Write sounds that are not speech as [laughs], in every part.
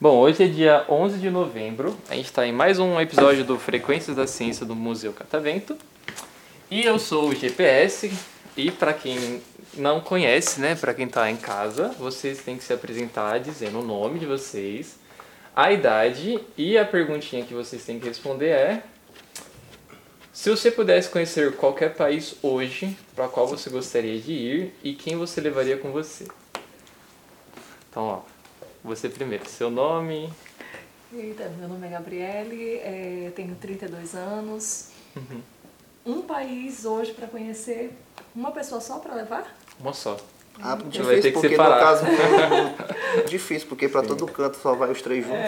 Bom, hoje é dia 11 de novembro, a gente está em mais um episódio do Frequências da Ciência do Museu Catavento. E eu sou o GPS, e para quem não conhece, né, para quem está em casa, vocês têm que se apresentar dizendo o nome de vocês, a idade e a perguntinha que vocês têm que responder é: se você pudesse conhecer qualquer país hoje, para qual você gostaria de ir e quem você levaria com você? Então, ó, você primeiro, seu nome. Eita, meu nome é Gabriele, eh, tenho 32 anos. Um país hoje para conhecer, uma pessoa só para levar? Uma só. Ah, gente vai ter difícil, que porque no separar. caso. né, [laughs] difícil, porque pra todo canto só vai os três juntos.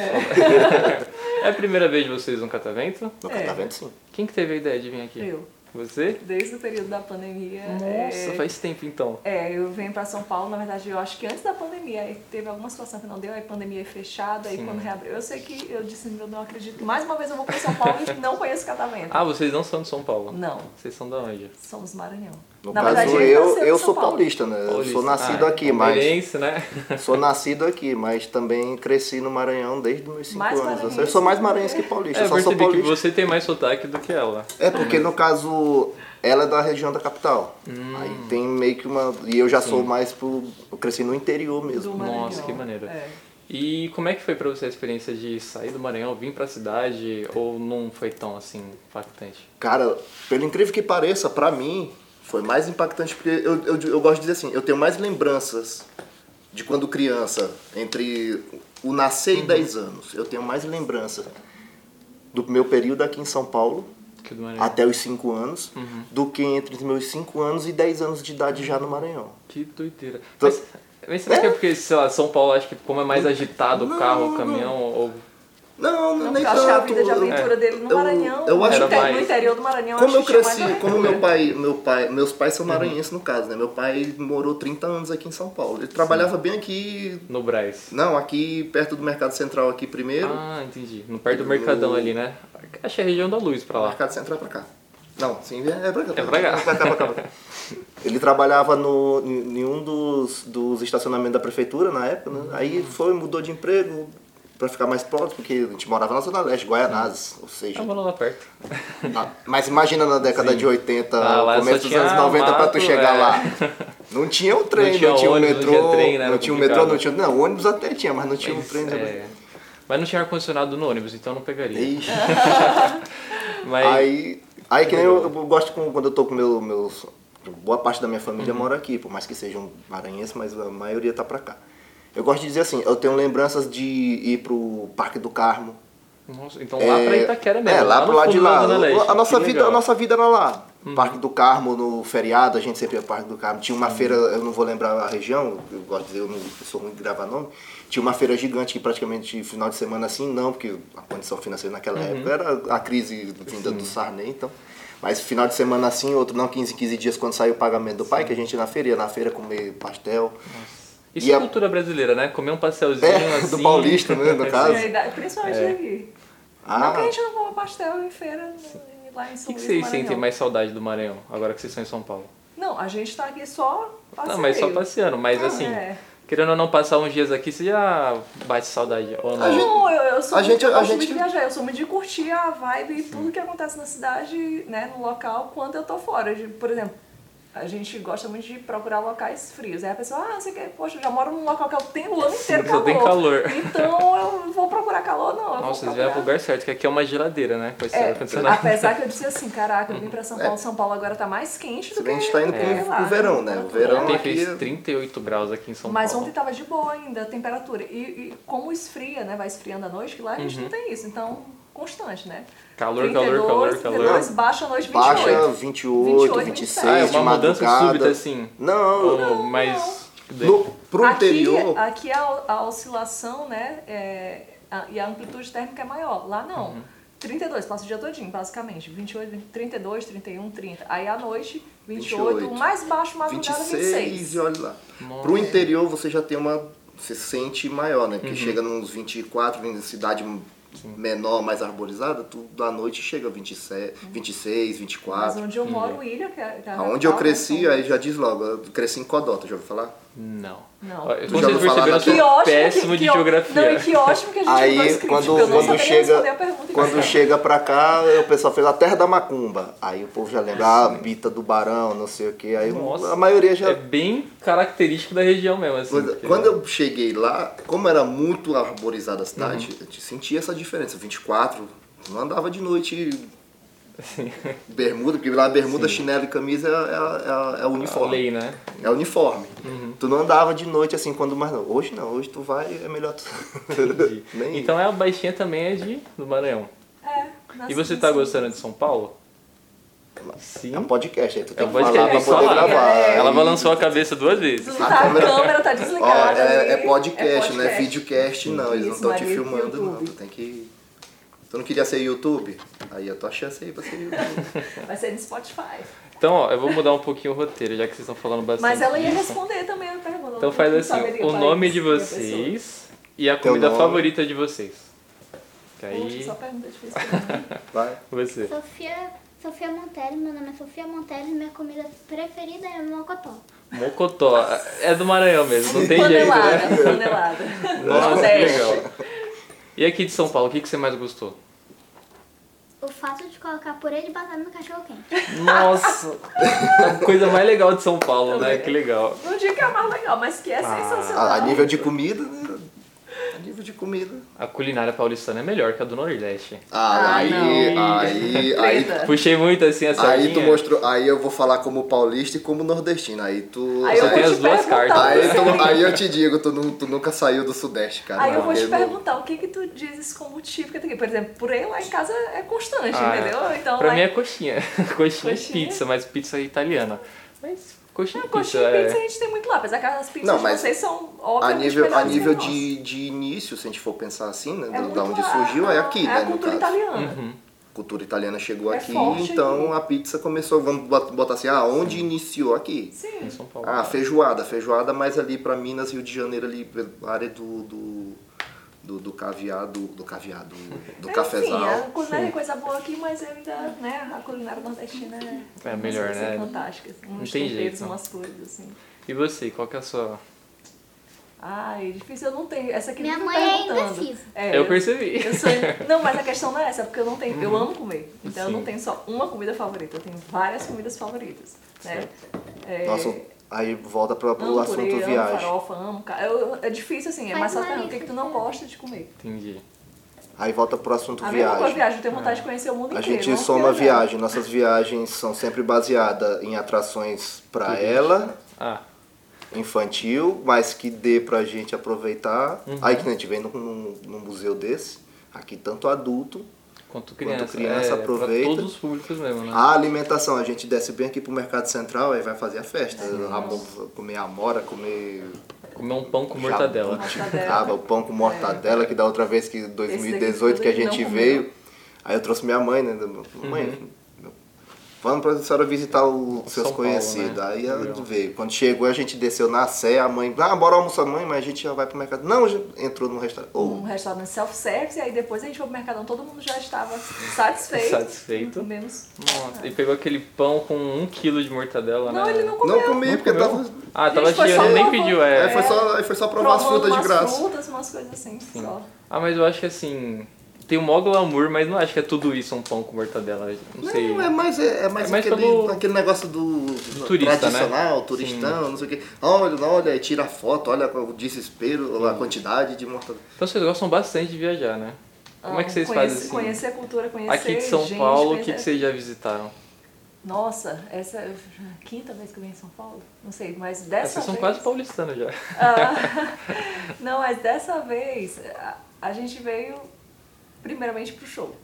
É a primeira vez de vocês no Catavento? Nunca É. tá vendo sim. Quem que teve a ideia de vir aqui? Eu. Você? Desde o período da pandemia. Nossa, eh, faz tempo então. É, eu venho para São Paulo, na verdade, eu acho que antes da pandemia, aí teve alguma situação que não deu, aí pandemia é fechada, aí Sim. quando reabriu, eu sei que eu disse, eu não acredito, mais uma vez eu vou para São Paulo e não conheço Catavento. Ah, vocês não são de São Paulo? Não, Vocês são da onde? somos Maranhão. No Na caso, verdade, ele eu, nasceu em eu São sou Paulo. paulista, né? Eu Paulista. sou nascido Ah, aqui, mas. palmeirense, né? Sou nascido aqui, mas também cresci no Maranhão desde os meus 5 Mais anos. Eu sou- Eu maranhense. sou mais maranhense que paulista, É, [laughs] eu eu só sou percebi que paulista. você tem mais sotaque do que ela. É, porque no caso, ela é da região da capital. Hum. Aí tem meio que uma. E eu já sou mais pro. Eu cresci no interior Do mesmo. Maranhão. Nossa, que maneiro. É. E como é que foi pra você a experiência de sair do Maranhão, vir pra cidade, ou não foi tão assim impactante? Cara, pelo incrível que pareça, pra mim foi mais impactante porque eu, eu, eu gosto de dizer assim, eu tenho mais lembranças de quando criança, entre o nascer e 10 anos. Eu tenho mais lembranças do meu período aqui em São Paulo, Que do Maranhão. até os 5 anos, do que entre os meus 5 anos e 10 anos de idade já no Maranhão. Que doideira. Tô- Mas, mas será que é porque, sei lá, São Paulo, acho que como é mais agitado o carro, o Não, caminhão, ou... Não, Não, porque nem eu acho que a tanto. vida de Eu- aventura dele no eu- Maranhão, eu acho no, que- inter- no interior do Maranhão, Como eu acho que tinha mais cresci, aventura. como meu pai, meu pai, meus pais Uhum. são maranhenses no caso, né? Meu pai morou 30 anos aqui em São Paulo. Ele trabalhava bem aqui, no Brás? não, aqui perto do Mercado Central aqui primeiro, Ah, entendi. No perto do Mercadão ali, né? Acho que é a região da Luz pra lá. Mercado Central é pra cá. Não, sim, é é pra cá. É pra cá. pra cá, pra cá, pra cá. Ele trabalhava no, em em um dos, dos estacionamentos da prefeitura na época, né? Uhum. Aí foi, mudou de emprego pra ficar mais próximo, porque a gente morava na Zona Leste, Guaianazes, ou seja, [laughs] Eu moro lá perto. Ah, Mas imagina na década de 80, Ah, lá só começo dos tinha anos 90 pra tu mato, chegar é. [laughs] lá. Não tinha o trem, Não não tinha tinha, o ônibus, não metrô, tinha trem, né? Era não tinha o metrô, não tinha. complicado. Não, ônibus até tinha, mas não tinha o trem. É. né? Mas não tinha ar-condicionado no ônibus, então não pegaria. Ixi. Mas Aí, aí que nem eu, eu gosto com- quando eu tô com meu, meus. Boa parte da minha família mora aqui, por mais que sejam maranhenses, mas a maioria tá pra cá. Eu gosto de dizer assim, eu tenho lembranças de ir pro Parque do Carmo. Nossa, então lá pra Itaquera mesmo. É, lá, pro no lado de fundo da lá. Zona Leste. A nossa, Que vida, é legal. Uhum. a nossa vida era lá. Parque do Carmo, no feriado, a gente sempre ia pro Parque do Carmo. Tinha uma feira, eu não vou lembrar a região, eu gosto de dizer, eu, não, eu sou ruim de gravar nome. Tinha uma feira gigante que praticamente final de semana assim, não, porque a condição financeira Uhum. naquela época era a crise vinda do Sarney, então. Mas final de semana assim, outro não, 15, 15 dias quando saiu o pagamento do pai, que a gente ia na feira, ia na feira comer pastel. Isso E é a- cultura brasileira, né? Comer um pastelzinho É, assim. do paulista, [laughs] né, no E caso. a idade- É, principalmente daqui. Não É. Ah, que a gente não coma pastel em feira né, lá em O São que, que Luís, vocês Maranhão. sentem mais saudade do Maranhão, agora que vocês estão em São Paulo? Não, a gente tá aqui só passeio. Não, mas só passeando, mas Ah, assim, é. querendo ou não passar uns dias aqui, você já bate saudade. Ou não? Não, eu, eu sou a muito, gente- eu a gosto muito gente- de viajar, eu sou muito de curtir a vibe e tudo que acontece na cidade, né, no local, quando eu tô fora. De- Por exemplo, a gente gosta muito de procurar locais frios. Aí a pessoa, ah, você quer, poxa, eu já moro num local que eu tenho o ano inteiro só calor. tem calor. Então eu vou procurar calor, não. Eu Nossa, vou vocês vieram pro procurar... lugar certo, que aqui é uma geladeira, né? Com esse É, ar-condicionado. apesar que eu disse assim, caraca, eu vim pra São Paulo, São Paulo agora tá mais quente do É. se que bem que a gente tá indo pro, sei lá, pro verão, né? O verão Ontem aqui... fez 38 graus aqui em São é Mas Paulo. ontem tava de boa ainda a temperatura. E, e como esfria, né? Vai esfriando à noite, que lá a gente Uhum. não tem isso. Então, constante, né? Calor, calor, calor, calor. 32, baixa à noite, 28. Baixa 28, 28, 26, Ah, é de uma mudança madrugada. súbita assim. Não, Ou mais. no, pro aqui, interior. Aqui a, a oscilação, né? é, a- e a amplitude térmica é maior. Lá não. Uhum. 32, passa o dia todinho, basicamente. 28, 20, 32, 31, 30. um, Aí à noite, 28. 28. O mais baixo, madrugada, 26, 26. e olha lá. Pro Uhum. interior você já tem uma. Você sente maior, né? Porque chega nos 24, 20, cidade menor, mais arborizada, tudo à noite chega a 27, Uhum. 26, Mas 24. onde eu moro, Ilha, que é... que é a Aonde eu capital, cresci, né, aí já diz logo, eu cresci em Codota, já ouviu falar? Não. Não. né? Olha, Tu Como já vocês ouviu falar perceberam, eu daqui? sou Que ótimo péssimo que, de que, ó- geografia. Não, e que ótimo que a gente não Aí faz crítica, quando, eu não quando saberia chega responder a pergunta, quando inclusive. chega pra cá, o pessoal fez a terra da macumba. Aí o povo já lembra, ah, bita do barão, não sei o que. Aí Nossa, a maioria já. É bem característico da região mesmo, assim. Coisa- porque- Uhum. Quando eu cheguei lá, como era muito arborizada a cidade, eu te sentia essa diferença. 24, não andava de noite assim, [laughs] bermuda, porque lá bermuda, chinelo e camisa é, é- é- é a o uniforme. lei, [laughs] Uhum. né? É uniforme. Tu não andava de noite assim quando mais não. Hoje não, hoje tu vai, é melhor tu. [laughs] Entendi. Nem Então é a baixinha também é de do Maranhão. É, nasci E você nesse- tá gostando de São Paulo? Sim. É um podcast, aí tu É tem um que falar podcast. pra tem que poder falar. gravar. Ela E- balançou a cabeça duas vezes. Tá, a câmera tá Ó, desligada. é, é ali. podcast, não é podcast. videocast, não. Eles Isso, não estão te Maria, filmando, não. YouTube. Tu tem que. Tu não queria ser YouTube? Aí é a tua chance aí pra ser YouTube. [laughs] Vai ser no Spotify. Então, ó, eu vou mudar um pouquinho o roteiro, já que vocês estão falando bastante. Mas ela ia disso. responder também a pergunta. Então faz não assim, saberia o falar nome isso de pra pessoa. vocês e a Teu comida nome. favorita de vocês. Que aí, Poxa, só pergunta difícil pra mim. Vai. você. Sofia, Sofia Montelli, meu nome é Sofia Montelli, minha comida preferida é mocotó. Mocotó. É do Maranhão mesmo, não tem jeito, Panelada, né? panelada. Nossa, que Nordeste. legal. E aqui de São Paulo, o que, que você mais gostou? O fato de colocar purê de batata no cachorro quente. Nossa! É a coisa mais legal de São Paulo, né? Que legal. Não digo que é o mais legal, mas Ah. que é sensacional. Ah, A, a nível de comida, né? A nível de comida. A culinária paulistana é melhor que a do Nordeste. Ah, Ah, aí, não. [laughs] aí, aí. Treta. Puxei muito assim essa Aí tu linha. mostrou. Aí eu vou falar como paulista e como nordestino. Aí tu. Aí eu Você vou tem te as duas perguntar cartas. o que Aí, você tu- aí eu te digo, tu, nu- tu nunca saiu do Sudeste, cara. Aí eu vou te Porque não- perguntar o que que tu dizes como típica daqui. Por exemplo, purê lá em casa é constante, Ah, entendeu? Então, pra lá mim é em- coxinha. [laughs] coxinha, e Coxinha? pizza, mas pizza é italiana. Mas coxinha, e coxinha e pizza, pizza é... a gente tem muito lá, apesar que as pizzas Não, de mas vocês são A obviamente nível, a melhores que é nível nossas. de, de início, se a gente for pensar assim, né? É da- muito da onde a- surgiu, é aqui, é né? a No cultura caso. italiana. Uhum. cultura italiana chegou É aqui, forte aqui. então a pizza começou, vamos bot- botar assim, ah, onde iniciou aqui? Sim. Em é. São Paulo. Ah, feijoada, feijoada mais ali pra Minas, Rio de Janeiro, ali, pela área do, do, do, do caviar, do, do caviar, do, do É, cafezal. Enfim, a culinária é coisa boa aqui, mas ainda, né, a culinária nordestina é... É melhor, uma coisa né? então. Fantástica, assim, uns tem temperos, jeito, não. umas coisas, assim. E você, qual que é a sua? Ai, difícil, eu não tenho. Essa aqui Minha não mãe é perguntando. indecisa. É, Eu percebi. Eu sou- Não, mas a questão não é essa, porque eu não tenho. Eu amo comer. Então eu Sim. não tenho só uma comida favorita, eu tenho várias comidas favoritas. Né? É, Nossa, aí volta pra, pro amo assunto purê, amo viagem. farofa, amo. ca- eu- eu- é difícil assim, é Faz mais só uma pergunta, o lista, que, que tu não então. gosta de comer. [laughs] Entendi. Aí volta pro assunto A mesma viagem. coisa viagem, eu tenho vontade de conhecer o mundo A inteiro. gente não é soma viajar. viagem, nossas viagens são sempre baseadas em atrações pra ela, Ah, infantil, mas que dê pra gente aproveitar. Aí que a gente vem num, num- num museu desse, aqui tanto adulto. quanto criança. criança, é, aproveita. Pra todos os públicos mesmo, né? A alimentação, a gente desce bem aqui pro Mercado Central, aí vai fazer a festa. Amo- comer amora, comer. Comer um pão com mortadela. jabuti- Mortadela. É. Ah, o pão com mortadela, que da outra vez que Esse 2018 daqui que a tudo gente não veio. Aí eu trouxe minha mãe, né? Mãe, Vamos pra senhora visitar os seus Uhum. São Paulo, conhecidos. né? Aí ela Legal. veio. Quando chegou, a gente desceu na Sé, a mãe, ah, bora almoçar, mãe, mas a gente já vai pro mercado. Não, já entrou num restaurante. Um restaurante self-service, e aí depois a gente foi pro mercadão, todo mundo já estava satisfeito. Satisfeito. Menos. Nossa, e pegou aquele pão com um quilo de mortadela, Não, né? ele não Oh, comeu. não comi, porque comeu? tava. Ah, tava Gente, foi cheio, só ele nem uma- pediu, é. Aí foi só, aí foi só provar as Provando frutas de umas graça. frutas, umas coisas assim, só. Ah, mas eu acho que assim. Tem o maior glamour, mas não acho que é tudo isso um pão com mortadela. Não sei. Não, é mais, é, é mais, É mais aquele, pelo- aquele negócio do turista, né? tradicional, turistão, não sei o quê. Olha, olha, aí tira a foto, olha o desespero, a quantidade de mortadela. Então vocês gostam bastante de viajar, né? Como é que vocês Conhece- fazem assim? Ah, Conhecer a cultura, conhecer Aqui de São gente, é- Paulo, o que, conhecer- que vocês já visitaram? Nossa, essa é a quinta vez que eu venho em São Paulo? Não sei, mas dessa Vocês são vez... quase paulistanos já. Ah, não, mas dessa vez a, a gente veio primeiramente pro show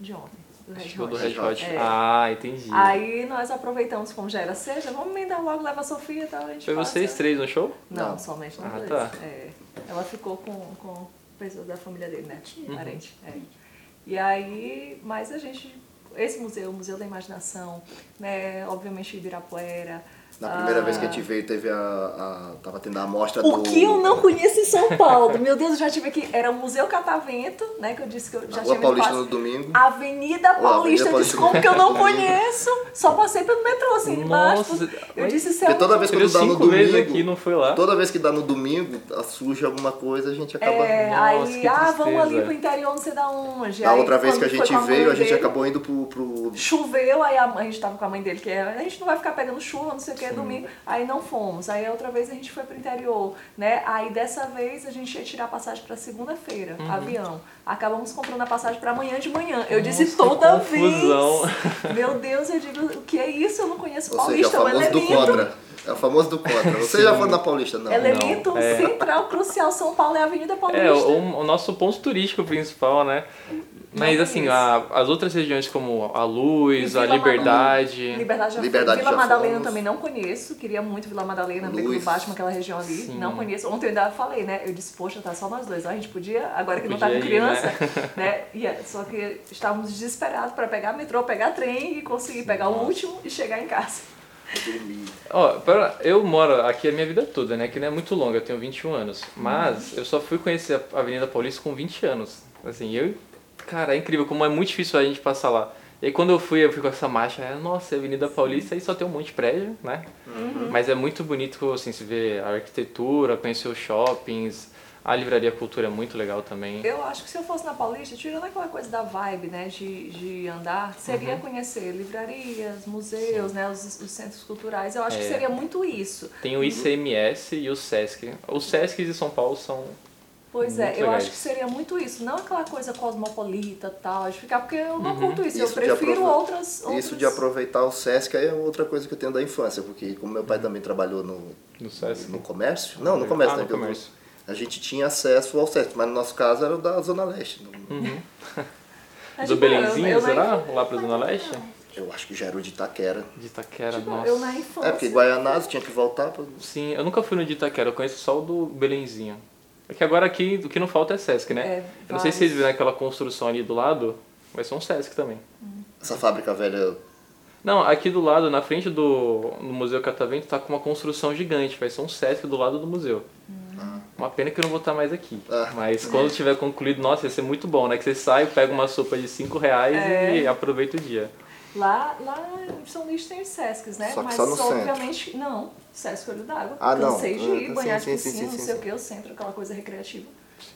de ontem, do Red Show do Hot. Red Hot. É. Ah, entendi. Aí nós aproveitamos como já era seja, vamos emendar logo, leva a Sofia e tal, a gente Foi passa. vocês três no show? Não, Não. somente nós Ah, dois. tá. É, ela ficou com, com pessoas da família dele, né? Uhum. Parente. é. E aí, mas a gente. Esse museu, o Museu da Imaginação, né? Obviamente Ibirapuera, Na primeira vez que a gente veio, teve a, a. Tava tendo a amostra do. O que eu não conheço em São Paulo? Meu Deus, eu já tive aqui. Era o Museu Catavento, né? Que eu disse que eu já Rua tive Paulista no domingo. Avenida Paulista, eu disse Paulista. como que eu não conheço? Só passei pelo metrô, assim, embaixo. Nossa, Eu mas- disse, isso é Porque um- toda vez que Veio eu dá no cinco vezes domingo. aqui, não foi lá. Toda vez que dá no domingo, ah, surge alguma coisa, a gente acaba. É, Nossa, aí, que ah, vamos ali tristeza. pro interior, não sei da onde. Da Aí, outra vez que quando a foi gente com mãe veio, a gente dele, acabou indo pro. pro- Choveu, aí a, a gente tava com a mãe dele, que é, a gente não vai ficar pegando chuva, não sei o que, domingo. Aí não fomos. Aí outra vez a gente foi pro interior, né? Aí dessa vez a gente ia tirar a passagem pra segunda-feira, avião. Acabamos comprando a passagem pra amanhã de manhã. Eu disse Uhum. Nossa, toda que vez. confusão. Meu Deus, eu digo, o que é isso? Eu não conheço Ou seja, é o Paulista, é um famoso do elemento. contra. É o famoso do contra. Você já foi na Paulista, não? Elemento é. central, crucial, São Paulo é a Avenida Paulista. É, o, o nosso ponto turístico principal, né? Mas Não assim, conheço. a- as outras regiões como a Luz, E a Vila Liberdade. Liberdade já Liberdade fui. Vila já Madalena fomos. também não conheço. Queria muito Vila Madalena, Luz. Beco do Batman, aquela região ali. Sim. é Não conheço. Ontem eu ainda falei, né? Eu disse, poxa, tá só nós dois. Ah, A gente podia, agora que não tá Podia com ir, né? [laughs] criança, né? E é, só que estávamos desesperados pra pegar metrô, pegar trem e conseguir pegar o último e chegar em casa. Ó, pera- eu moro aqui a minha vida toda, né? Que não é muito longa, eu tenho 21 anos. Mas eu só fui conhecer a Avenida Paulista com 20 anos. Assim, eu. Cara, é incrível como é muito difícil a gente passar lá. E aí, quando eu fui, eu fui com essa marcha, né? Nossa, Avenida Paulista, aí só tem um monte de prédio, né? Mas é muito bonito, assim, se ver a arquitetura, conhecer os shoppings. A Livraria Cultura é muito legal também. Eu acho que se eu fosse na Paulista, tirando aquela coisa da vibe, né, de, de andar, seria Uhum. conhecer livrarias, museus, né, os, os centros culturais. Eu acho que É. seria muito isso. Tem o ICMS e o Sesc. Os Sescs de São Paulo são Pois é, Muito eu legais. acho que seria muito isso, não aquela coisa cosmopolita e tal, de ficar, porque eu não curto isso, eu Uhum. Isso de prefiro aprove- outras, outras. Isso de aproveitar o Sesc aí é outra coisa que eu tenho da infância, porque como meu pai também trabalhou no, do Sesc. no comércio, não, no comércio, Ah, né, no que eu- comércio. a gente tinha acesso ao Sesc, mas no nosso caso era o da Zona Leste. não- Hum. Mas, Do tipo, eu- eu Belenzinho, na será? infância- Lá pra Zona Leste? Eu acho que já era o de Itaquera. De Itaquera, tipo, nossa. eu na É, porque infância. Guaianazes tinha que voltar pra... Sim, eu nunca fui no de Itaquera, eu conheço só o do Belenzinho. É que agora aqui, o que não falta é Sesc, né? É, eu não sei vários. se vocês viram aquela construção ali do lado, vai ser um Sesc também. essa fábrica velha. Não, aqui do lado, na frente do no Museu Catavento, tá com uma construção gigante, vai ser um Sesc do lado do museu. Ah. Uma pena que eu não vou estar mais aqui. Ah. Mas quando tiver concluído, nossa, ia ser muito bom, né? Que você sai, pega uma sopa de 5 reais É. e aproveita o dia. Lá, lá em São Luís tem os Sescs, né? Só que Mas só no centro. obviamente, não, Sesc Olho d'Água. Ah, não. Cansei de Ah, ir, sim, banhar de sim, sim, piscina, sim, não sim, sei o sim. que, o centro, aquela coisa recreativa,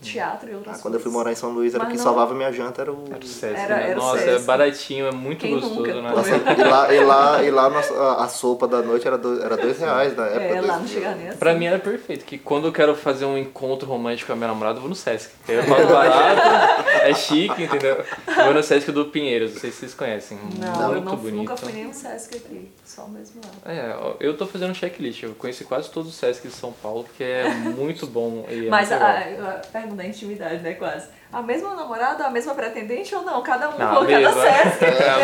teatro e outras Ah, quando eu fui coisas. morar em São Luís, era o Mas que não- salvava minha janta, era o... Era o Sesc, Era- né? era o Nossa, é Sesc. baratinho, é muito Quem gostoso, nunca né? comeu? E lá, e lá, e lá nossa- a, a sopa da noite era dois, era dois reais na época. É, dois lá não mil. chega nem assim. Pra mim era perfeito, que quando eu quero fazer um encontro romântico com a minha namorada, eu vou no Sesc. Eu pago barato, é chique, entendeu? Eu vou no Sesc do Pinheiros, não sei se vocês conhecem. Não, é Muito eu não, bonito. nunca fui nem um Sesc aqui, só mesmo lá. É, eu tô fazendo um checklist, eu conheci quase todos os Sesc de São Paulo, porque é muito bom e é Mas ah, muito a, legal. a- a pergunta da intimidade, né? Quase. A mesma namorada, a mesma pretendente ou não? Cada um Não, com cada mesmo. [laughs] Sesc. É a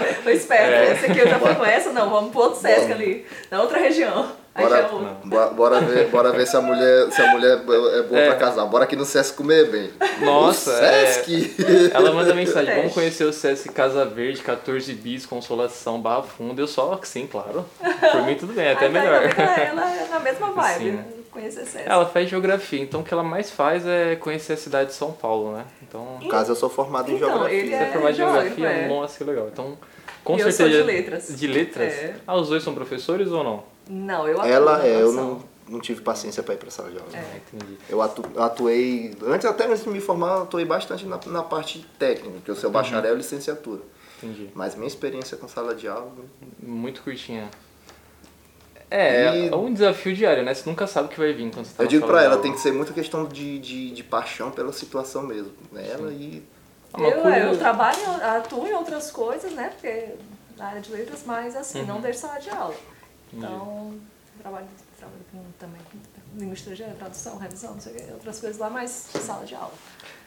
mesma. Eu espero. É. Esse aqui eu já fui com essa, não. Vamos pro outro Sesc ali. Na outra região. Aí já Bora, é outro. bo- bora, ver, bora ver se a mulher, se a mulher é boa É. pra casar. Bora aqui no Sesc comer bem. Nossa, é, Sesc! ela manda mensagem, Teste. vamos conhecer o Sesc Casa Verde, 14 bis, Consolação, Barra Funda, eu só, sim, claro, por mim tudo bem, até Aí tá, melhor. ainda bem que Ela, ela é na mesma vibe. Sim. né? Conhecer Sesc. Ela faz geografia, então o que ela mais faz é conhecer a cidade de São Paulo, né? Então, No caso, eu sou formado em Então, geografia. ele se é- é formar geógrafo, geografia, é. nossa, que legal. Então, com E eu sou certeza. de letras. De letras? É. Ah, os dois são professores ou não? Não, eu atuo na Ela é, eu produção. não, não tive paciência pra ir pra sala de aula. É. Ah, entendi. Eu atu- atuei, antes até antes de me formar, eu atuei bastante na, na parte técnica, que eu Uhum. sou bacharel e licenciatura. Entendi. Mas minha experiência com sala de aula, Muito curtinha. É, E- é um desafio diário, né? Você nunca sabe o que vai vir quando você tá eu na digo sala pra de ela, aula. tem que ser muito questão de, de, de paixão pela situação mesmo. né? Ela e Ah, mas Eu, por- é, eu trabalho, eu atuo em outras coisas, né? Porque na área de letras, mas assim, Uhum. não deixo sala de aula. Então, trabalho, trabalho com, também com língua estrangeira, tradução, revisão, não sei o quê, outras coisas lá, mas sala de aula.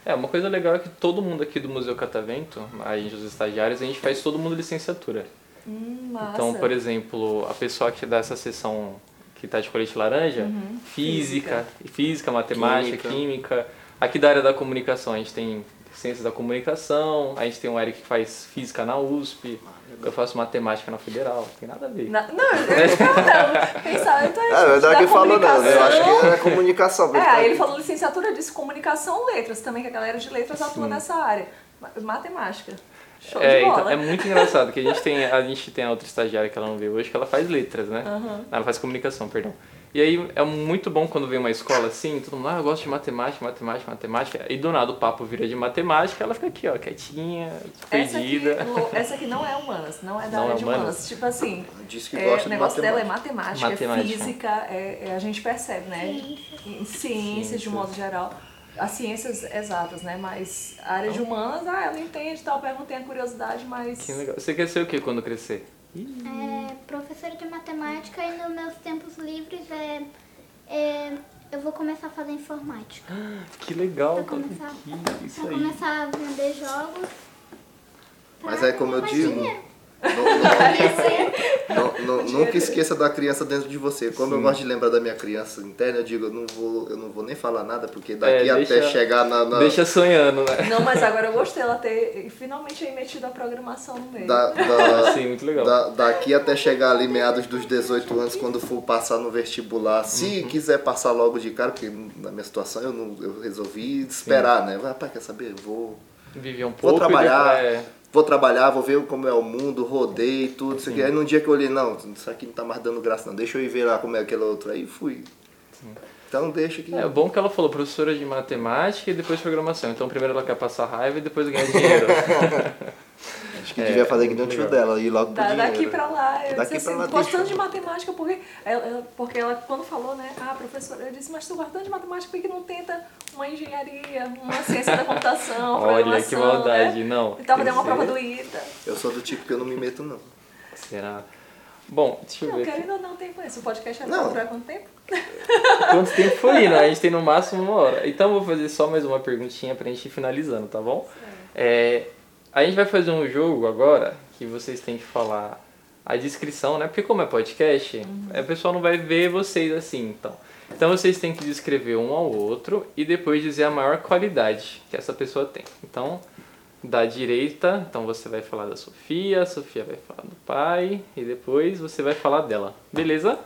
É, uma coisa legal é que todo mundo aqui do Museu Catavento, aí os estagiários, a gente faz todo mundo licenciatura. Hum, massa. Então, por exemplo, a pessoa que dá essa sessão que tá de colete laranja, física, física, matemática, Química. química. Aqui da área da comunicação a gente tem ciências da comunicação, a gente tem um Eric que faz física na USP, eu faço matemática na Federal, não tem nada a ver. Na- não, eu tô perguntando. Quem sabe? Então, Ah, mas não é da que ele falou não, eu acho comunicação. que é comunicação. porque É, tá- aí ele falou licenciatura, eu disse comunicação, letras também, que a galera de letras atua nessa área. Ma- Matemática. Show É, de bola. então, é muito engraçado que a gente tem a gente tem a outra estagiária que ela não veio hoje que ela faz letras, né? Ela faz comunicação, perdão. E aí é muito bom quando vem uma escola assim, todo mundo, ah, eu gosto de matemática, matemática, matemática. E do nada o papo vira de matemática, ela fica aqui, ó, quietinha, essa, aqui, perdida. lo- essa aqui não é humanas, não é da Não área é de humanas? humanas. Tipo assim, Diz que é, gosta o de negócio dela é matemática. matemática, é Matemática. física, é, é- a gente percebe, né? Em Ciências, de um modo geral. As ciências exatas, né? Mas a área de humanas, ah, ela entende e tal, perguntei a curiosidade, mas. Então. Que legal. Você quer ser o que quando crescer? É, professora de matemática e nos meus tempos livres é, é, eu vou começar a fazer Ah, informática. Que legal, Vou cara. começar, Que isso vou aí. começar a vender jogos. pra Mas é como eu ganhar mais digo. [laughs] dinheiro. não- não- não- nunca esqueça da criança dentro de você. Como eu gosto de lembrar da minha criança interna, eu digo, eu não vou, eu não vou nem falar nada, porque daqui É, até deixa- chegar na, na- Deixa sonhando, né? Não, mas agora eu gostei ela ter finalmente aí metido a programação no meio. da- da- [laughs] Sim, Assim, muito legal. da- daqui até chegar ali meados dos 18 anos, quando for passar no vestibular, se Uhum. quiser passar logo de cara, porque na minha situação eu, não- eu resolvi esperar, né? Rapaz, quer saber? Eu Vou Viver um pouco. e Vou trabalhar, depois- é. vou trabalhar, vou ver como é o mundo, rodei e tudo. Isso aqui. Aí num dia que eu olhei, não, isso aqui não tá mais dando graça não, deixa eu ir ver lá como é aquele outro. Aí fui. Então deixa que... É bom que ela falou professora de matemática e depois programação. Então primeiro ela quer passar raiva e depois ganhar dinheiro. [laughs] Acho que devia fazer que nem o tio dela, ir logo Da- pro daqui dinheiro. pra lá, eu Daqui disse pra assim, lá, gostando deixa. de matemática, porque ela, ela- porque ela quando falou, né, ah, professora, eu disse, mas tu gostando de matemática, por que não tenta uma engenharia, uma ciência da [laughs] computação, Olha, programação, que maldade, né? não. Tentava Tem dar uma que prova ser. do ITA. Eu sou do tipo que eu não me meto não. Será? Bom, deixa eu Não, ver aqui. querendo ou não, tem esse podcast era Não. pra durar quanto tempo? Quanto tempo foi, né? A gente tem no máximo uma hora. Então eu vou fazer só mais uma perguntinha pra gente ir finalizando, tá bom? É, a gente vai fazer um jogo agora que vocês têm que falar a descrição, né? Porque como é podcast, é, o pessoal não vai ver vocês assim, então. Então vocês têm que descrever um ao outro e depois dizer a maior qualidade que essa pessoa tem. Então, da direita, então você vai falar da Sofia, a Sofia vai falar do pai e depois você vai falar dela. Beleza?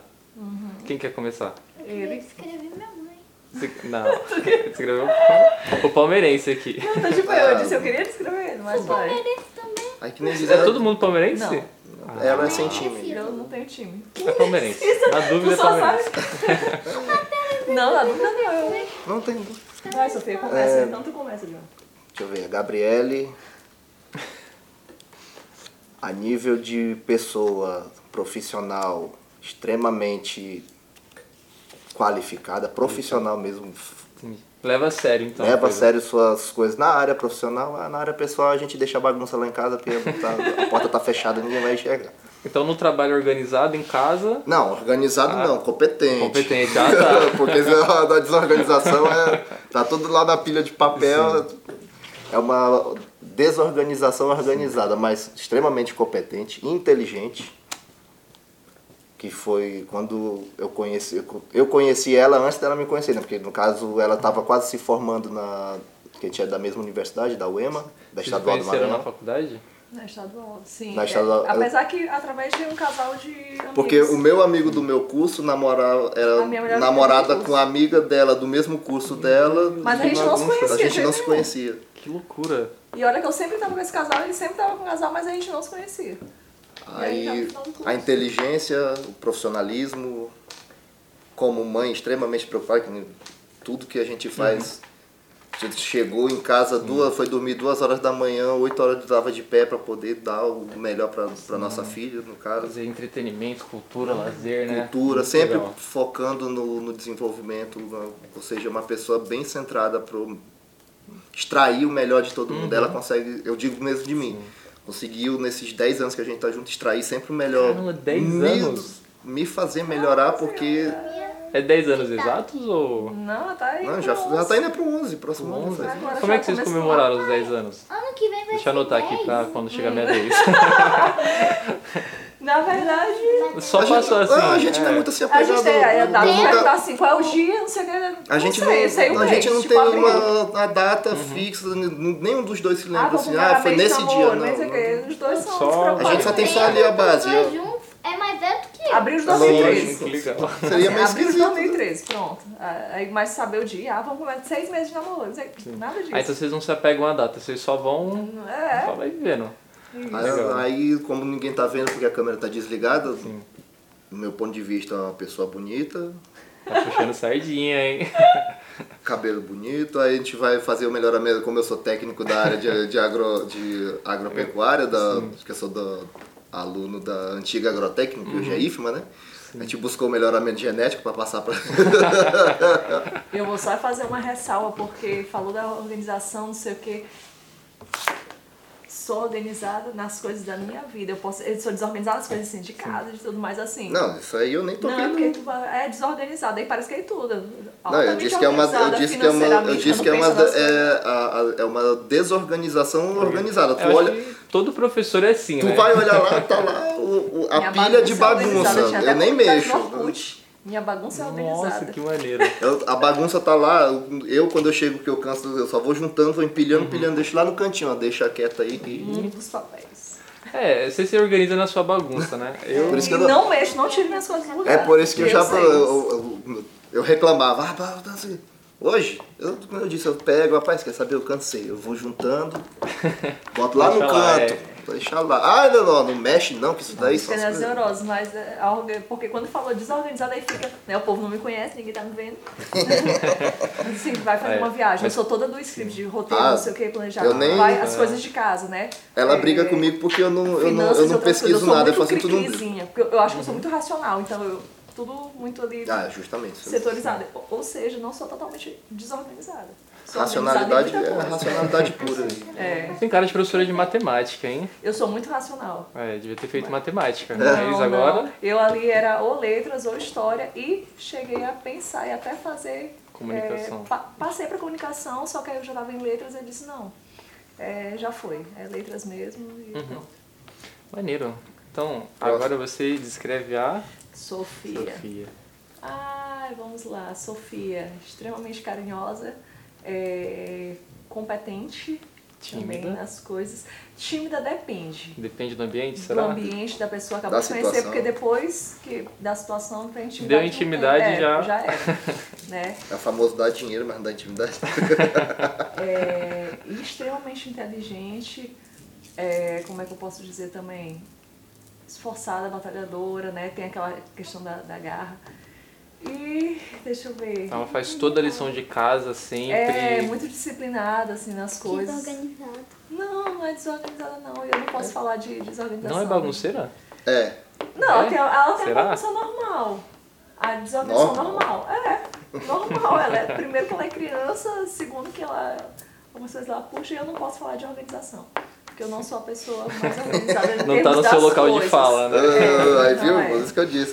Quem quer começar? Eu queria escrever minha mãe. Você- Não, [laughs] escreveu o palmeirense aqui. Então, tipo, eu disse, eu queria descrever, mas vai. Parece é também. Aí que nem diz É todo mundo palmeirense? Não. Ela é Ah. sem time. Eu não tenho time. É palmeirense. Na dúvida Tu é só sabe? palmeirense. [laughs] não, não, não, eu... Não tem... Vai, Sofia, É. começa, então tu começa, João. Deixa eu ver, a Gabriele... A nível de pessoa profissional extremamente qualificada, profissional mesmo, Entendi. Leva a sério, então. a Leva a coisa. sério suas coisas na área profissional, ah, na área pessoal a gente deixa a bagunça lá em casa porque tá- a porta tá fechada, ninguém vai enxergar. Então, no trabalho organizado, em casa, Não, organizado não, competente. Ah. competente. Ah, tá. [laughs] porque se a da desorganização é, tá tudo lá na pilha de papel. É uma desorganização organizada, mas extremamente competente, inteligente. Que foi quando eu conheci, eu conheci ela antes dela me conhecer, né? Porque no caso ela estava quase se formando na. que a gente é da mesma universidade, da UEMA, da Vocês Estadual do conheceram na Maranhão. faculdade? Na estadual, sim. Na estadual, É, apesar que através de um casal de Porque amigos. o meu amigo do meu curso namorava, A minha era melhor namorada amiga do com a amiga dela do mesmo curso dela. Mas a gente não se A conhecia, gente não de se jeito conhecia. Que loucura. E olha que eu sempre tava com esse casal, ele sempre tava com o casal, mas a gente não se conhecia. E aí, Aí tá no curso. a inteligência, o profissionalismo, como mãe extremamente preocupada, que tudo que a gente faz. Uhum. a gente Chegou em casa, duas, foi dormir duas horas da manhã, oito horas estava de pé para poder dar o melhor para nossa Uhum. filha, no caso. Fazer entretenimento, cultura, lazer, né? cultura, Muito sempre legal. focando no, no desenvolvimento, na- ou seja, uma pessoa bem centrada para extrair o melhor de todo mundo. Uhum. Ela consegue, eu digo mesmo de mim, conseguiu nesses 10 anos que a gente tá junto extrair sempre o melhor. Caramba, 10 me, anos? Me fazer melhorar porque Minha É 10 anos Tá. exatos ou. Não, tá aí. Não, já, com já onze. tá indo pro 11, próximo 11. Agora já Como é que vocês começou. comemoraram os 10 anos? Ano que vem vai Deixa eu ser anotar aqui 10. pra quando chegar a minha [laughs] vez. Na verdade, Só passou a gente, assim. ah, a gente não é muito assim a apegado. gente tem. A data não vai dá- estar assim, qual é o dia, não sei o que. a gente não, sei, sei o não, a gente mês, não tipo, tem abril. uma, uma Uhum. data fixa, n- nenhum dos dois se Ah, lembra vou assim, comemorar ah, foi mês de nesse namoro, dia, não. não sei o não. que. Os dois são Só- despreocupados. A gente só tem Tá Bem, só ali a base. Os dois ó. juntos é mais velho do que eu. Abril de Lógico, 2013. que legal. Seria é meio Abril de esquisito. né? 2013, pronto. Ah, Aí, mas saber o dia, ah, vamos começar seis meses de namoro, não sei nada disso. Ah, então vocês não se apegam à data, vocês só vão. É, Só vai vivendo. Legal. Aí, aí, como ninguém tá vendo porque a câmera tá desligada, do meu ponto de vista, é uma pessoa bonita, Tá puxando sardinha, hein? cabelo bonito, aí a gente vai fazer o melhoramento, como eu sou técnico da área de, de, agro, de agropecuária, da, acho que eu sou da- aluno da antiga Uhum. agrotécnica, hoje é IFMA, né? A gente buscou o melhoramento genético para passar para... eu vou só fazer uma ressalva, porque falou da organização, não sei o quê. Sou organizada nas coisas da minha vida. Eu, posso, eu sou desorganizada nas coisas assim, de casa, de tudo mais assim. [laughs] Não, isso aí eu nem tô Não, é vendo. porque tu é desorganizada, aí parece que é tudo. Não, eu disse que é uma, eu disse que é uma, eu disse que é uma, é, a- a- é uma desorganização organizada. Tu Uhum. Eu olha, acho que todo professor é assim, tu né? vai olhar lá, tá lá o- o- a pilha de bagunça. Eu nem mexo. Minha bagunça é Nossa, organizada. que maneiro. Eu- a bagunça tá lá. eu- Eu quando eu chego que eu canso, eu só vou juntando, vou empilhando, empilhando, deixo lá no cantinho, ó, deixa quieto aí. que- Um dos papéis. É, você se organiza na sua bagunça, né? Eu. Por isso que E eu não- não mexo, não tiro minhas coisas do lugar. É por isso que eu já sei. eu, eu- eu reclamava. Ah, pá, tá assim. Hoje, eu, como eu disse, eu pego, rapaz, quer saber? Eu cansei. Eu vou [laughs] juntando, boto lá no Deixa lá, canto. é. Deixa lá. Ah, não, não, não mexe não, que isso daí Fica são as nas coisas. neuroses, mas é, a orga- porque quando falou desorganizada aí fica, né? O povo não me conhece, ninguém tá me [laughs] vendo. Sim, vai fazer É, uma viagem. mas- É. Eu sou toda do script de roteiro, Ah, não sei o que, planejado. eu nem- vai as coisas de casa, né? Ela É, briga comigo porque eu não, eu não, finanças, eu não outras pesquiso coisas. nada, eu eu sou faço muito tudo no livro. cricrizinha, porque eu, eu acho que eu sou muito racional, então eu tudo muito ali Ah, justamente. setorizada. Ou, ou seja, não sou totalmente desorganizada. Sou Racionalidade organizada em é muita coisa. [laughs] racionalidade pura. É, Tem cara de professora de matemática, hein? eu sou muito racional. É, devia ter feito matemática. né? Não, Mas não. É agora, Eu ali era ou letras ou história e cheguei a pensar e até fazer. Comunicação. é, pa- passei para comunicação, só que aí eu já estava em letras e eu disse: não, é, já foi, é letras mesmo. E Uhum. pronto. maneiro. Então, Próximo. agora você descreve a Sofia. Ai, vamos lá. Sofia, extremamente carinhosa, é, competente também Tímida. nas coisas. Tímida depende Depende do ambiente, do será? ambiente, da pessoa acabou Da de conhecer, situação. porque depois que, da situação tem intimidade. Deu não tem. intimidade, É, já- Já [laughs] é. né? É famoso dar dinheiro, mas não dá intimidade. É, e extremamente inteligente, é, como é que eu posso dizer também? Esforçada, batalhadora, né? Tem aquela questão da, da garra. E deixa eu ver. Ela faz toda a lição de casa Tá sempre. É, muito disciplinada, assim, nas coisas. Desorganizado. Não, não é desorganizada, não. Eu não posso falar de desorganização. É. Não é bagunceira? [laughs] É. Não, ela É? tem, ela tem Será? uma bagunça normal. A desorganização Normal? normal. É, normal. Ela é, primeiro que ela é criança, segundo que ela... Algumas coisas ela puxa e eu não posso falar de organização. Porque eu não sou a pessoa mais organizada Não em tá termos no das seu local de É coisas. fala, né? Ah, Aí É, não viu? é. Por isso que eu disse.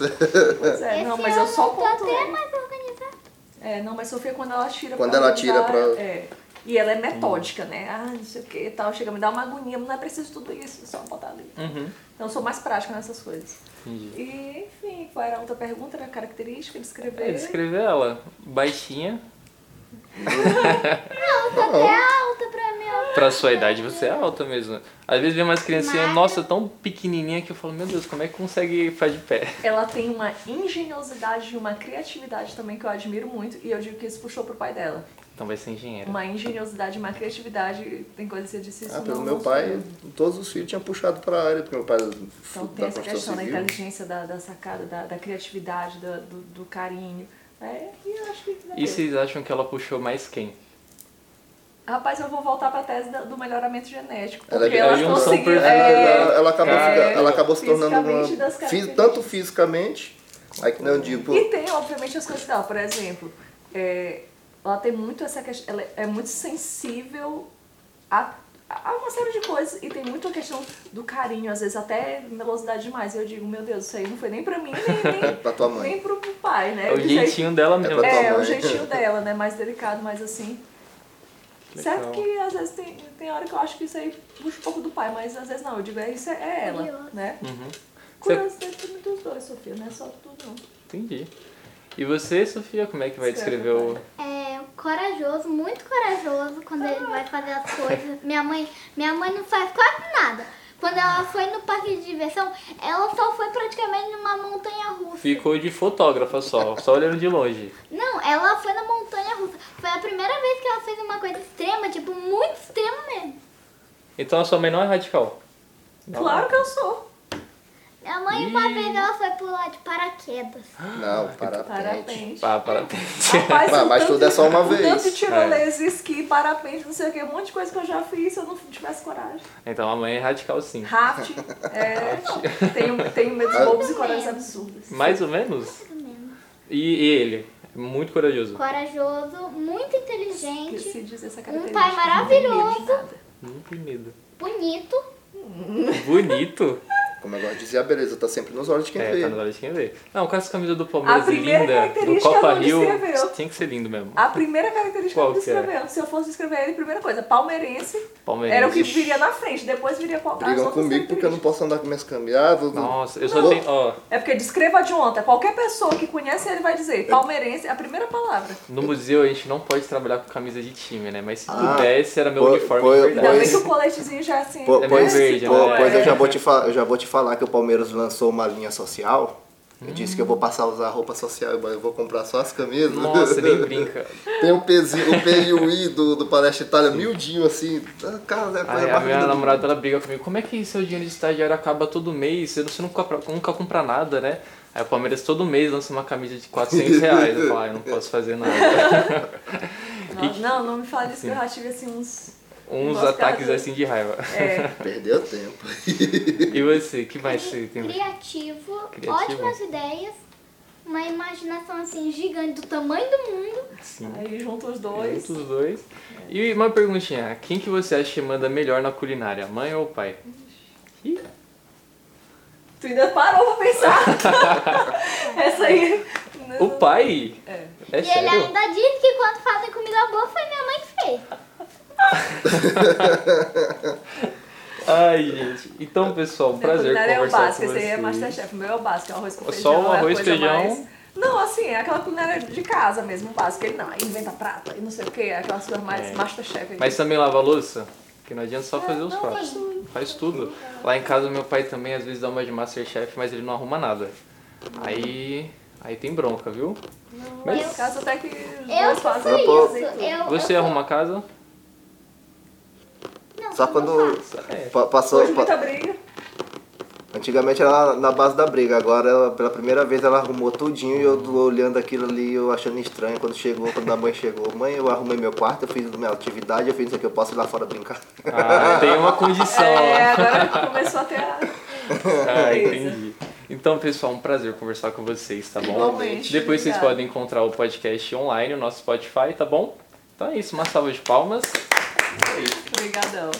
Pois é, não, Esse mas eu ano só um. tá até pontuei. mais organizado. É, não, mas Sofia, quando ela tira Quando pra ela tira organizar, pra- É. E ela é metódica, né? Ah, não sei o que e tal. Chega a me dar uma agonia, mas não é preciso tudo isso, é só botar ali. Uhum. Então eu sou mais prática nessas coisas. Entendi. E, enfim, qual era a outra pergunta? Era a característica, descrever. É, descrever ela. Baixinha. Não, tá até alta pra mim. ó. Pra sua idade você é alta mesmo. Às vezes vem umas criancinhas, Magra. nossa, tão pequenininha que eu falo, meu Deus, como é que consegue ficar de pé? Ela tem uma engenhosidade e uma criatividade também que eu admiro muito. E eu digo que isso puxou pro pai dela. Então vai ser engenheira. Uma engenhosidade, uma criatividade. Tem coisa que você disse isso Ah, pelo não, meu não pai, sou. todos os filhos tinham puxado pra área, porque meu pai era Então da tem essa questão construção da civil. inteligência, da, da sacada, da, da criatividade, da- do, do carinho. É, e eu acho que. E vocês acham que ela puxou mais quem? Rapaz, eu vou voltar pra tese da- do melhoramento genético. Ela é Porque bem- ela, a junção conseguiu. perfeita Ela, É, ela acabou, É, fica- ela acabou se tornando uma. fisicamente das fi- características. tanto fisicamente, aí que nem eu digo, [laughs] E tem, obviamente, as coisas dela. Por exemplo, é, ela tem muito essa questão. Ela é muito sensível a Há uma série de coisas e tem muito a questão do carinho, às vezes até melosidade demais. E eu digo, meu Deus, isso aí não foi nem pra mim, nem, nem, [laughs] Pra tua mãe. nem pro pai, né? É o Isso aí- jeitinho dela mesmo. pra É, tua o mãe. [laughs] jeitinho dela, né? Mais delicado, mais assim. Certo Legal. que às vezes tem, tem hora que eu acho que isso aí puxa um pouco do pai, mas às vezes não. Eu digo, é isso, é, é ela, Curioso. né? Uhum. Curiosidade tem muitos dois, Sofia, não é só tudo não. Entendi. E você, Sofia, como é que vai Certo. descrever o. É corajoso, muito corajoso quando ele vai fazer as coisas. Minha mãe, minha mãe não faz quase nada. Quando ela foi no parque de diversão, ela só foi praticamente numa montanha russa. Ficou de fotógrafa só, só olhando de longe. Não, ela foi na montanha russa. Foi a primeira vez que ela fez uma coisa extrema, tipo, muito extrema mesmo. Então a sua mãe não é radical? Não. Claro que eu sou. Minha mãe, uma Ih. vez, ela foi pular de paraquedas. Não, Tá Parapente. parapente. Pá, [laughs] parabéns. Tá Rapaz, Mas- o mas tanto tudo é só uma de- o Tanto de vez. É. tirolesa, esqui, parapente, não sei o que, um monte de coisa que eu já fiz se eu não tivesse [laughs] coragem. Então a mãe é radical sim. Raft, é, não, tenho, tenho medo de Ah. lobos e coragem absurdas. Mais ou menos? Pelo menos. E, e ele? É Muito corajoso. Corajoso, muito inteligente, Esqueci de dizer essa um característica. pai Não tem medo de maravilhoso, nada. Não tem medo. bonito. [laughs] Bonito? Como eu gosto de dizer, a beleza tá sempre nos olhos de quem É, vê. tá na hora de quem vê. Não, com essa camisa do Palmeiras A primeira linda, do característica Copa não Rio, descreveu. tinha que ser lindo mesmo. A primeira característica Qual que eu que é? descreveu, se eu fosse descrever ele, primeira coisa, palmeirense, Palmeiras. era o que viria na frente, depois viria qual as Brigam outras comigo porque eu não características. posso andar com minhas caminhadas. Nossa, eu só tenho, ó, É porque descreva de ontem, qualquer pessoa que conhece ele vai dizer palmeirense, é a primeira palavra. no museu a gente não pode trabalhar com camisa de time, né? Mas se Ah, é- pudesse, era meu pô- uniforme pô- de Ainda verdade. bem Pois- que o coletezinho já é assim. Po- É pois, meio verde, po- né? pois eu, É. já vou te fa- eu já vou te falar que o Palmeiras lançou uma linha social. Hum. Eu disse que eu vou passar a usar roupa social, mas eu vou comprar só as camisas. Nossa, nem brinca. [laughs] Tem o, pezinho, o PUI do, do Palestra Itália, miudinho assim. Ah, Cara, é Aí a a coisa mais linda minha do namorada ela briga comigo, como é que seu dinheiro de estagiário acaba todo mês? Você não- Você nunca, compra- nunca compra nada, né? Aí o Palmeiras todo mês lança uma camisa de 400 reais. Eu falo, [laughs] ah, eu não posso fazer nada. Não, não, não me fale isso que eu já tive [laughs] assim uns. Uns Gosto ataques cada- assim de [laughs] raiva. É, mundo. Perdeu tempo. E você, que mais você tem? Criativo, Criativo. ótimas ideias, uma imaginação assim gigante do tamanho do mundo. Sim. aí junto os dois. Juntos os dois. E uma perguntinha, quem que você acha que manda melhor na culinária, mãe ou pai? Ih, Tu ainda parou pra [laughs] pensar. Essa aí. O pai? É. É e ele sério? ainda diz que quando fazem comida boa foi minha mãe que fez. Ai, gente. Então, pessoal, um prazer culinária é o conversar básico, com esse aí é vocês. Masterchef. O meu é o básico, é o arroz com Só feijão. o é a arroz, coisa feijão? mais- Não, assim, é aquela culinária de casa mesmo, o básico. Ele não, aí inventa prata e não sei o que, aquelas coisas mais É. Masterchef. Mas também lava a louça? Que não adianta só fazer os É, não, pratos. faz tudo. Faz tudo. Lá em casa, meu pai também às vezes dá uma de Masterchef, mas ele não arruma nada. Aí. Aí tem bronca, viu? Mas Mas no caso até que os Eu dois faço fazem isso. fazem tudo. Eu, você eu, arruma a casa? Não, Só eu quando faço. É. pa- passou. Hoje pa- muita briga. Antigamente era na base da briga, agora ela- pela primeira vez ela arrumou tudinho e eu tô olhando aquilo ali, eu achando estranho quando chegou, quando a mãe chegou. Mãe, eu arrumei meu quarto, eu fiz minha atividade, eu fiz isso aqui, eu posso ir lá fora brincar. Ah, tem uma condição. É, agora começou até a. Ah, Beleza. entendi. Então, pessoal, um prazer conversar com vocês, tá bom? Igualmente, Depois vocês obrigada. podem encontrar o podcast online, o nosso Spotify, tá bom? Então é isso, uma salva de palmas. Obrigadão.